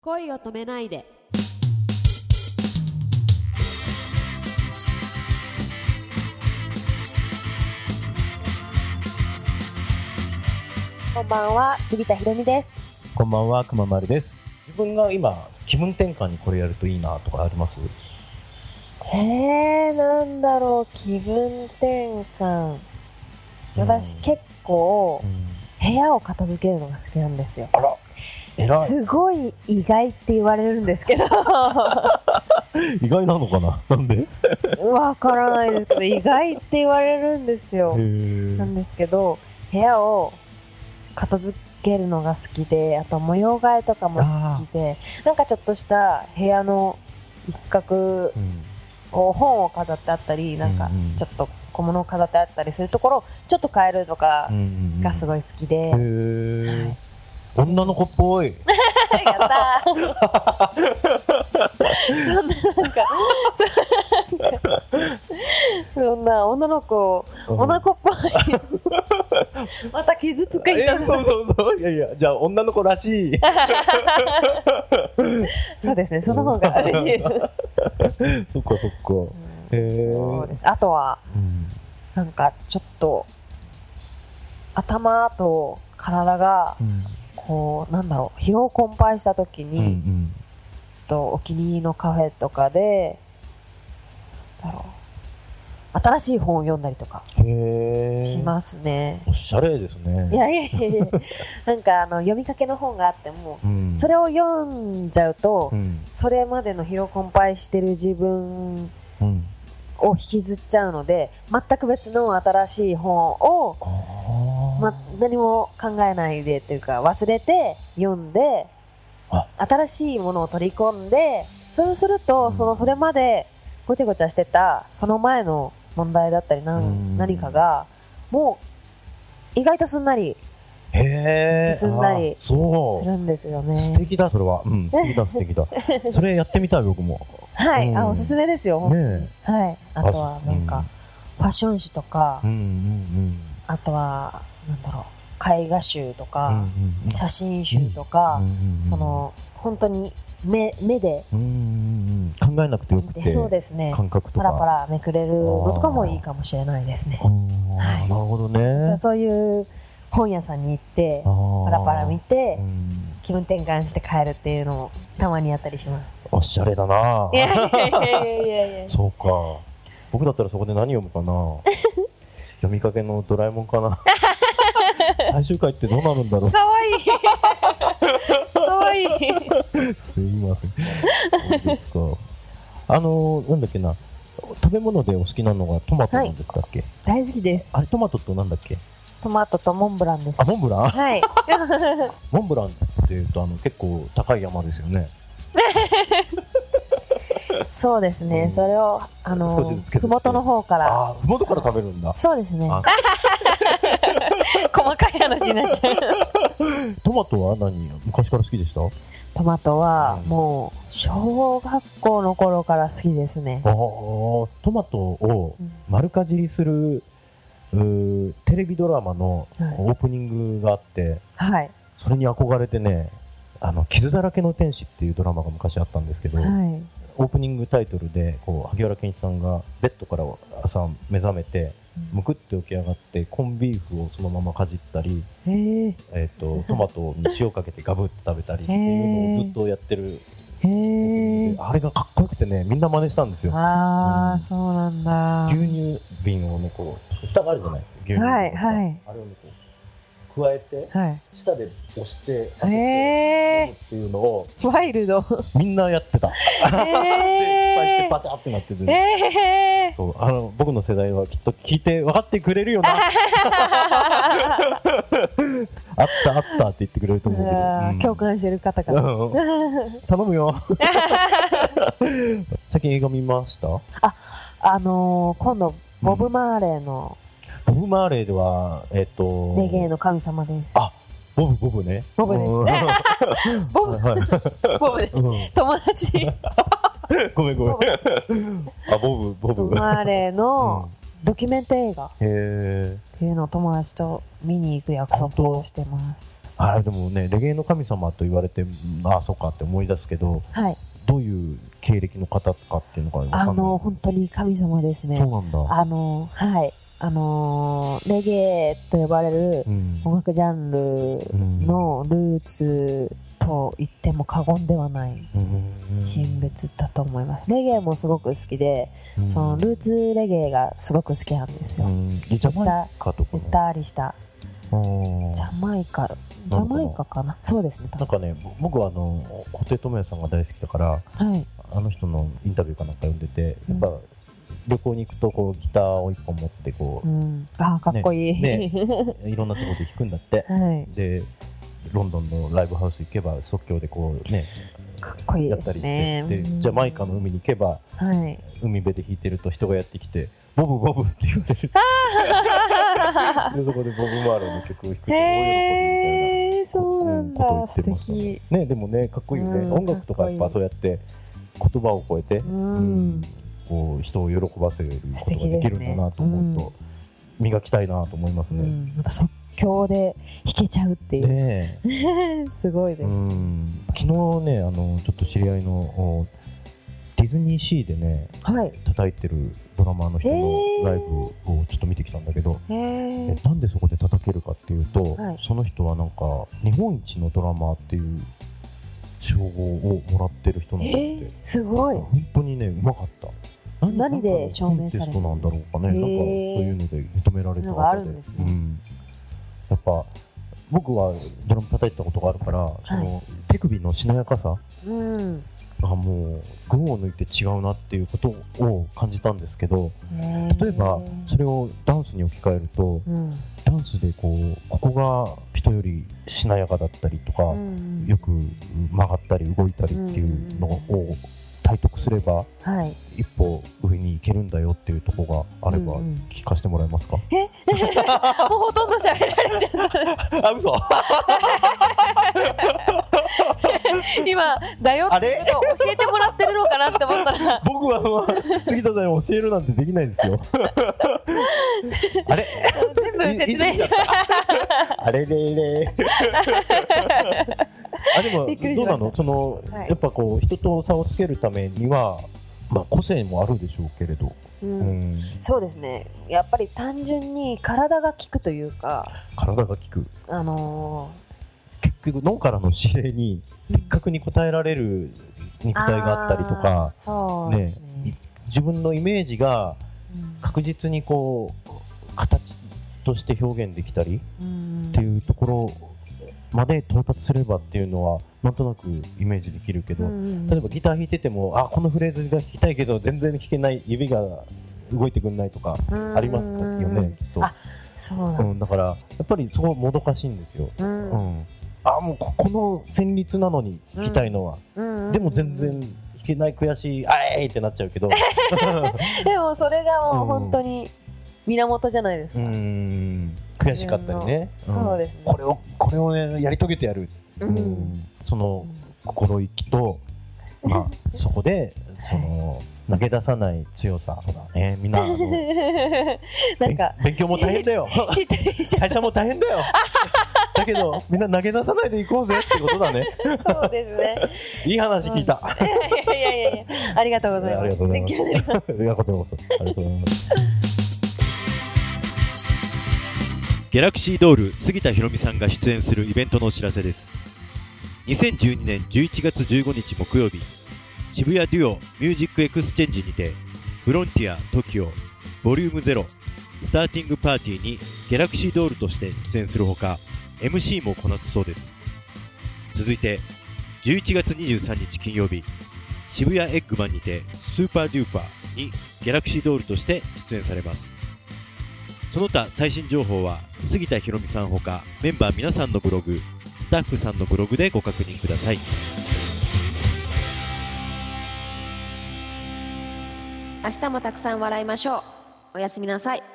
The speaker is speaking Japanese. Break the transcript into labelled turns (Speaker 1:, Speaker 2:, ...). Speaker 1: 恋を止めないで
Speaker 2: こんばんは、杉田ひろみです。
Speaker 3: こんばんは、くままるです。自分が今、気分転換にこれやるといいなとかあります
Speaker 2: えー、なんだろう、気分転換。私、結構
Speaker 3: う、ん
Speaker 2: 部屋を片付けるのが好きなんですよ。
Speaker 3: あら、偉い。
Speaker 2: すごい意外って言われるんです けど、
Speaker 3: 意外なのかななんでへ
Speaker 2: わからないですけど、意外って言われるんですよ。
Speaker 3: ー
Speaker 2: なんですけど、部屋を片付けるのが好きで、あと模様替えとかも
Speaker 3: あ
Speaker 2: 好きで、なんかちょっとした部屋の一角
Speaker 3: ーうん
Speaker 2: こう本を飾ってあったりなんか
Speaker 3: うんうん
Speaker 2: ちょっと小物を飾ってあったりするところをちょっと変えるとか
Speaker 3: うんうんうん
Speaker 2: がすごい好き
Speaker 3: へ
Speaker 2: で、
Speaker 3: ー女の子っぽい。
Speaker 2: やったーそんななんかそんななんかそんな女の子 女の子っぽい また傷つく
Speaker 3: いや
Speaker 2: 人
Speaker 3: そうそうそう。いやいや、じゃあ女の子らしい。
Speaker 2: そうですねその方が嬉しいです、
Speaker 3: そっかそっか。へえ。
Speaker 2: そうですあとは
Speaker 3: うん
Speaker 2: なんかちょっと頭と体がこうなんだろう疲労困憊した時
Speaker 3: う
Speaker 2: に、
Speaker 3: んうん
Speaker 2: ちょっとお気に入りのカフェとかで、なんだろう、新しい本を読んだりとか
Speaker 3: うんへえ。
Speaker 2: しますね。
Speaker 3: おしゃれですね。
Speaker 2: いやいやいや いや、なんかあの読みかけの本があっても、
Speaker 3: うん、
Speaker 2: それを読んじゃうと
Speaker 3: う、ん
Speaker 2: それまでの疲労困憊してる自分
Speaker 3: うん
Speaker 2: を引きずっちゃうので、全く別の新しい本を、
Speaker 3: あー
Speaker 2: ま、何も考えないでというか、忘れて読んで
Speaker 3: あ、
Speaker 2: 新しいものを取り込んで、そうすると、
Speaker 3: うん
Speaker 2: そのそれまでごちゃごちゃしてた、その前の問題だったりなん、
Speaker 3: うん
Speaker 2: 何かが、もう意外とすんなり
Speaker 3: へえ。
Speaker 2: 進んだり
Speaker 3: あそ
Speaker 2: す
Speaker 3: う。
Speaker 2: るんですよ
Speaker 3: 素
Speaker 2: ね。
Speaker 3: 敵だ、それは。うん、素敵だ、素敵だ。それやってみたい、僕も。
Speaker 2: はい、
Speaker 3: う
Speaker 2: あ、
Speaker 3: ん
Speaker 2: おすすめですよ、本当に
Speaker 3: ね
Speaker 2: はい、あとはなんか、ファッション誌とか、
Speaker 3: うんうん
Speaker 2: あとは、なんだろう、絵画集と
Speaker 3: うん。うん
Speaker 2: か、
Speaker 3: うんうん
Speaker 2: 写真集とか、
Speaker 3: うんうん
Speaker 2: その、本当に目目で
Speaker 3: うんうんうん考えなくてよく
Speaker 2: で
Speaker 3: て
Speaker 2: そうですね
Speaker 3: 感覚と
Speaker 2: パラパ
Speaker 3: か
Speaker 2: ラめくれるのとかもいいかもしれないですね
Speaker 3: あー
Speaker 2: はい
Speaker 3: なるほど
Speaker 2: そ
Speaker 3: ね
Speaker 2: うそういう本屋さんに行ってパ
Speaker 3: パ
Speaker 2: ラパラ見て
Speaker 3: うん
Speaker 2: 気分転換して帰るっていうのもたまにやったりします
Speaker 3: おしゃれだない
Speaker 2: やいやいやいやいや
Speaker 3: そうか僕だったらそこで何読むか な読みかけのドラえもんかな最終回ってどうなるんだろう
Speaker 2: かわいいかわいい
Speaker 3: すいません。そうですか。あのー、なんだっけな。食べ物でお好きなのがトマトなんですかっけ、
Speaker 2: 大好きです
Speaker 3: あれトマトとなんだっけ
Speaker 2: トマトとモンブランです
Speaker 3: あ、モンブラン
Speaker 2: はい
Speaker 3: モンブランっていうとあの結構高い山ですよね。
Speaker 2: そうですねそれをあ
Speaker 3: 少し
Speaker 2: の
Speaker 3: ずつ削って
Speaker 2: ふもとの方から
Speaker 3: ああー、ふもとから食べるんだ。
Speaker 2: そうですね
Speaker 3: あ
Speaker 2: 細かい話になっちゃう
Speaker 3: トマトは何昔から好きでしたあ
Speaker 2: トマトは
Speaker 3: うん
Speaker 2: もう小学校の頃から好きですね
Speaker 3: あ、トマトを
Speaker 2: うん
Speaker 3: 丸かじりする、うーテレビドラマの
Speaker 2: はい
Speaker 3: オープニングがあって、
Speaker 2: はい
Speaker 3: それに憧れてね、あの、傷だらけの天使っていうドラマが昔あったんですけど、
Speaker 2: はい
Speaker 3: オープニングタイトルでこう萩原健一さんがベッドから朝目覚めてむくって起き上がってコンビーフをそのままかじったり、
Speaker 2: えー、
Speaker 3: えー、 とトマトに塩かけてガブって食べたりっていうのをずっとやってる、
Speaker 2: へえ。
Speaker 3: あれがかっこよくてねみんな真似したんですよ
Speaker 2: ああ、
Speaker 3: うん
Speaker 2: そうなんだ。
Speaker 3: 牛乳瓶をねこう蓋があるじゃない牛乳瓶の蓋
Speaker 2: はいはい
Speaker 3: あれをねこう加えて
Speaker 2: は
Speaker 3: 舌で押して
Speaker 2: い。
Speaker 3: え
Speaker 2: へえ。
Speaker 3: っていうのを
Speaker 2: ワイ ルド。
Speaker 3: みんなやってた、で失敗して
Speaker 2: へ
Speaker 3: パチャってなってて、
Speaker 2: え。ええ。
Speaker 3: そうあの僕の世代はきっと聞いて分かってくれる よなあったあったって言ってくれると思うけ
Speaker 2: うわー
Speaker 3: ど、
Speaker 2: 共感してる方
Speaker 3: う
Speaker 2: が。
Speaker 3: んうん頼 むよ最近映画見ましたボ
Speaker 2: あのー、今度、ボブ・マーレーの
Speaker 3: ブ・マーレーではえっ、と
Speaker 2: レゲエの神様です。
Speaker 3: ボブボブね
Speaker 2: ボブです
Speaker 3: うん
Speaker 2: ボブ、
Speaker 3: はい
Speaker 2: ボブです。
Speaker 3: うん
Speaker 2: 友達。
Speaker 3: ごめんごめん あボブボ
Speaker 2: ボ
Speaker 3: ブ
Speaker 2: ブ・マーレー
Speaker 3: うん
Speaker 2: のドキュメント映画っ
Speaker 3: へえ
Speaker 2: ていうのを友達と見に行く約束をしてます。
Speaker 3: あれでもねレゲエの神様と言われてうんああそうかって思い出すけど
Speaker 2: はい。
Speaker 3: どういう経歴の方かっていうのが分か
Speaker 2: あ
Speaker 3: んない
Speaker 2: の、本当に神様です
Speaker 3: そう
Speaker 2: ね。
Speaker 3: なんだ
Speaker 2: あの、はい。あの、レゲエと呼ばれる
Speaker 3: うん
Speaker 2: 音楽ジャンル
Speaker 3: うん
Speaker 2: のルーツと言っても過言ではない
Speaker 3: うん
Speaker 2: 人物だと思います。レゲエもすごく好きで、
Speaker 3: うん
Speaker 2: そのルーツレゲエがすごく好きなんです
Speaker 3: う
Speaker 2: よ。
Speaker 3: んでジャマイカとか
Speaker 2: ゆ
Speaker 3: の
Speaker 2: ったりした。
Speaker 3: うん
Speaker 2: ジャマイカ、ジャマイカかなそうですね、多
Speaker 3: なん
Speaker 2: 分
Speaker 3: かねぼ僕はあの布袋寅泰さんが大好きだから
Speaker 2: はい。
Speaker 3: あの人のインタビューかなんか読んでてやっぱ旅行に行くとこうギターを一本持ってこ
Speaker 2: う。
Speaker 3: うん
Speaker 2: ああ、かっこいい。
Speaker 3: ねいろんなところで弾くんだって
Speaker 2: はい。
Speaker 3: でロンドンのライブハウス行けば即興でこうね
Speaker 2: かっこいい
Speaker 3: やっ
Speaker 2: で
Speaker 3: た
Speaker 2: す
Speaker 3: りして
Speaker 2: ね。
Speaker 3: で
Speaker 2: うん
Speaker 3: ジャマイカの海に行けば
Speaker 2: はい。
Speaker 3: 海辺で弾いてると人がやってきて「ボブボブ」って言われるでそこでボブ・マーロンの曲を弾くと大喜びみたいな
Speaker 2: へえ、そうなん
Speaker 3: ことを
Speaker 2: だ。
Speaker 3: 言って
Speaker 2: 素
Speaker 3: ますね
Speaker 2: 敵。
Speaker 3: ねでもねかっこいいよね、
Speaker 2: うん
Speaker 3: 音楽とかやっぱそうやって言葉を超えて、
Speaker 2: うん
Speaker 3: こう人を喜ばせることができるんだなと思う
Speaker 2: 素敵
Speaker 3: と、磨きたいなと思います
Speaker 2: う
Speaker 3: ね。
Speaker 2: ん。なんか即興で弾けちゃうっていう。
Speaker 3: ねえ
Speaker 2: すごいで
Speaker 3: う
Speaker 2: す。
Speaker 3: ん昨日ねあのちょっと知り合いのおディズニーシーでね
Speaker 2: はい。
Speaker 3: 叩いてるドラマーの人の
Speaker 2: えー
Speaker 3: ライブをちょっと見てきたんだけど、
Speaker 2: へ
Speaker 3: え
Speaker 2: え。
Speaker 3: なんでそこで叩けるかっていうと、
Speaker 2: はい
Speaker 3: その人はなんか日本一のドラマーっていう称号をもらってる人なんだって、
Speaker 2: えすごい。
Speaker 3: 本当にねうまかった何
Speaker 2: 何で証明される
Speaker 3: コンテストなんだろうかね、
Speaker 2: へー
Speaker 3: なんかそういうので認められた
Speaker 2: のがあるんですね
Speaker 3: うん、やっぱ僕はドラム叩いたことがあるから、その手首のしなやかさ
Speaker 2: うん。
Speaker 3: がもう群を抜いて違うなっていうことを感じたんですけど
Speaker 2: 例
Speaker 3: 例えばそれをダンスに置き換えると
Speaker 2: うん。
Speaker 3: ダンスでこうここが人よりしなやかだったりとか、
Speaker 2: うん
Speaker 3: よく曲がったり動いたりっていうのを体得すれば、
Speaker 2: はい。
Speaker 3: 一歩上に行けるんだよっていうところがあれば
Speaker 2: うんうん
Speaker 3: 聞かせてもらえますか、
Speaker 2: もうほとんど喋られちゃった。
Speaker 3: あ嘘
Speaker 2: 今、だよ
Speaker 3: あ
Speaker 2: って
Speaker 3: れ
Speaker 2: 言うと教えてもらってるのかなって思ったら。
Speaker 3: 僕は、まあ、杉田さんに教えるなんてできないですよあれ
Speaker 2: 全部説明しま
Speaker 3: あれれれあでも
Speaker 2: びっくりし
Speaker 3: ど
Speaker 2: ました
Speaker 3: うなのその、
Speaker 2: はい
Speaker 3: やっぱこう人と差をつけるためにはまあ個性もあるでしょうけれど、
Speaker 2: う
Speaker 3: うんん、
Speaker 2: そうですねやっぱり単純に体が効くというか、
Speaker 3: 体が効く
Speaker 2: あの
Speaker 3: 結局脳からの指令に
Speaker 2: ー、
Speaker 3: 比較に応えられる肉体があったりと
Speaker 2: あー
Speaker 3: か
Speaker 2: そうですね
Speaker 3: ね自分のイメージが確実にこう形として表現できたり
Speaker 2: うん
Speaker 3: っていうところまで到達すればっていうのはなんとなくイメージできるけど、
Speaker 2: うん
Speaker 3: 例えばギター弾いててもあこのフレーズが弾きたいけど全然弾けない指が動いてくれないとかありますよね、きっと、
Speaker 2: あそうな
Speaker 3: うんん、だからやっぱりそこもどかしいんですよ、
Speaker 2: う
Speaker 3: うん、
Speaker 2: うん
Speaker 3: あもうここの旋律なのに弾きたいのは、
Speaker 2: んうん
Speaker 3: でも全然弾けない悔しいあえいってなっちゃ うけど
Speaker 2: でもそれがもう
Speaker 3: うん
Speaker 2: 本当に源じゃないです
Speaker 3: う
Speaker 2: か、
Speaker 3: ーん悔しかったりね、
Speaker 2: 自分のそうですね
Speaker 3: これをこれをねやり遂げてやる、
Speaker 2: う
Speaker 3: うんんその心意気と、まあ、そこでその投げ出さない強さそうだねみんな あの
Speaker 2: なんか
Speaker 3: 勉勉強も大変 だよ
Speaker 2: しっとりしちゃ
Speaker 3: 会社も大変だよだけどみんな投げ出さないでいこうぜってことだね
Speaker 2: うそうですね
Speaker 3: いい話聞いた、あ
Speaker 2: いやいやいやいやありがとうございます
Speaker 3: ありがとうございます
Speaker 2: 勉強になりま
Speaker 3: りがとうございますありがとうございます
Speaker 1: ギャラクシードール杉田博美さんが出演するイベントのお知らせです2012年11月15日木曜日渋谷デュオミュージックエクスチェンジにてフロンティア TOKIO ボリューム0スターティングパーティーにギャラクシードールとして出演するほか MC もこなすそうです続いて11月23日金曜日渋谷エッグマンにてスーパーデューパーにギャラクシードールとして出演されますその他最新情報は杉田ひろみさんほかメンバー皆さんのブログスタッフさんのブログでご確認ください
Speaker 4: 明日もたくさん笑いましょう。おやすみなさい。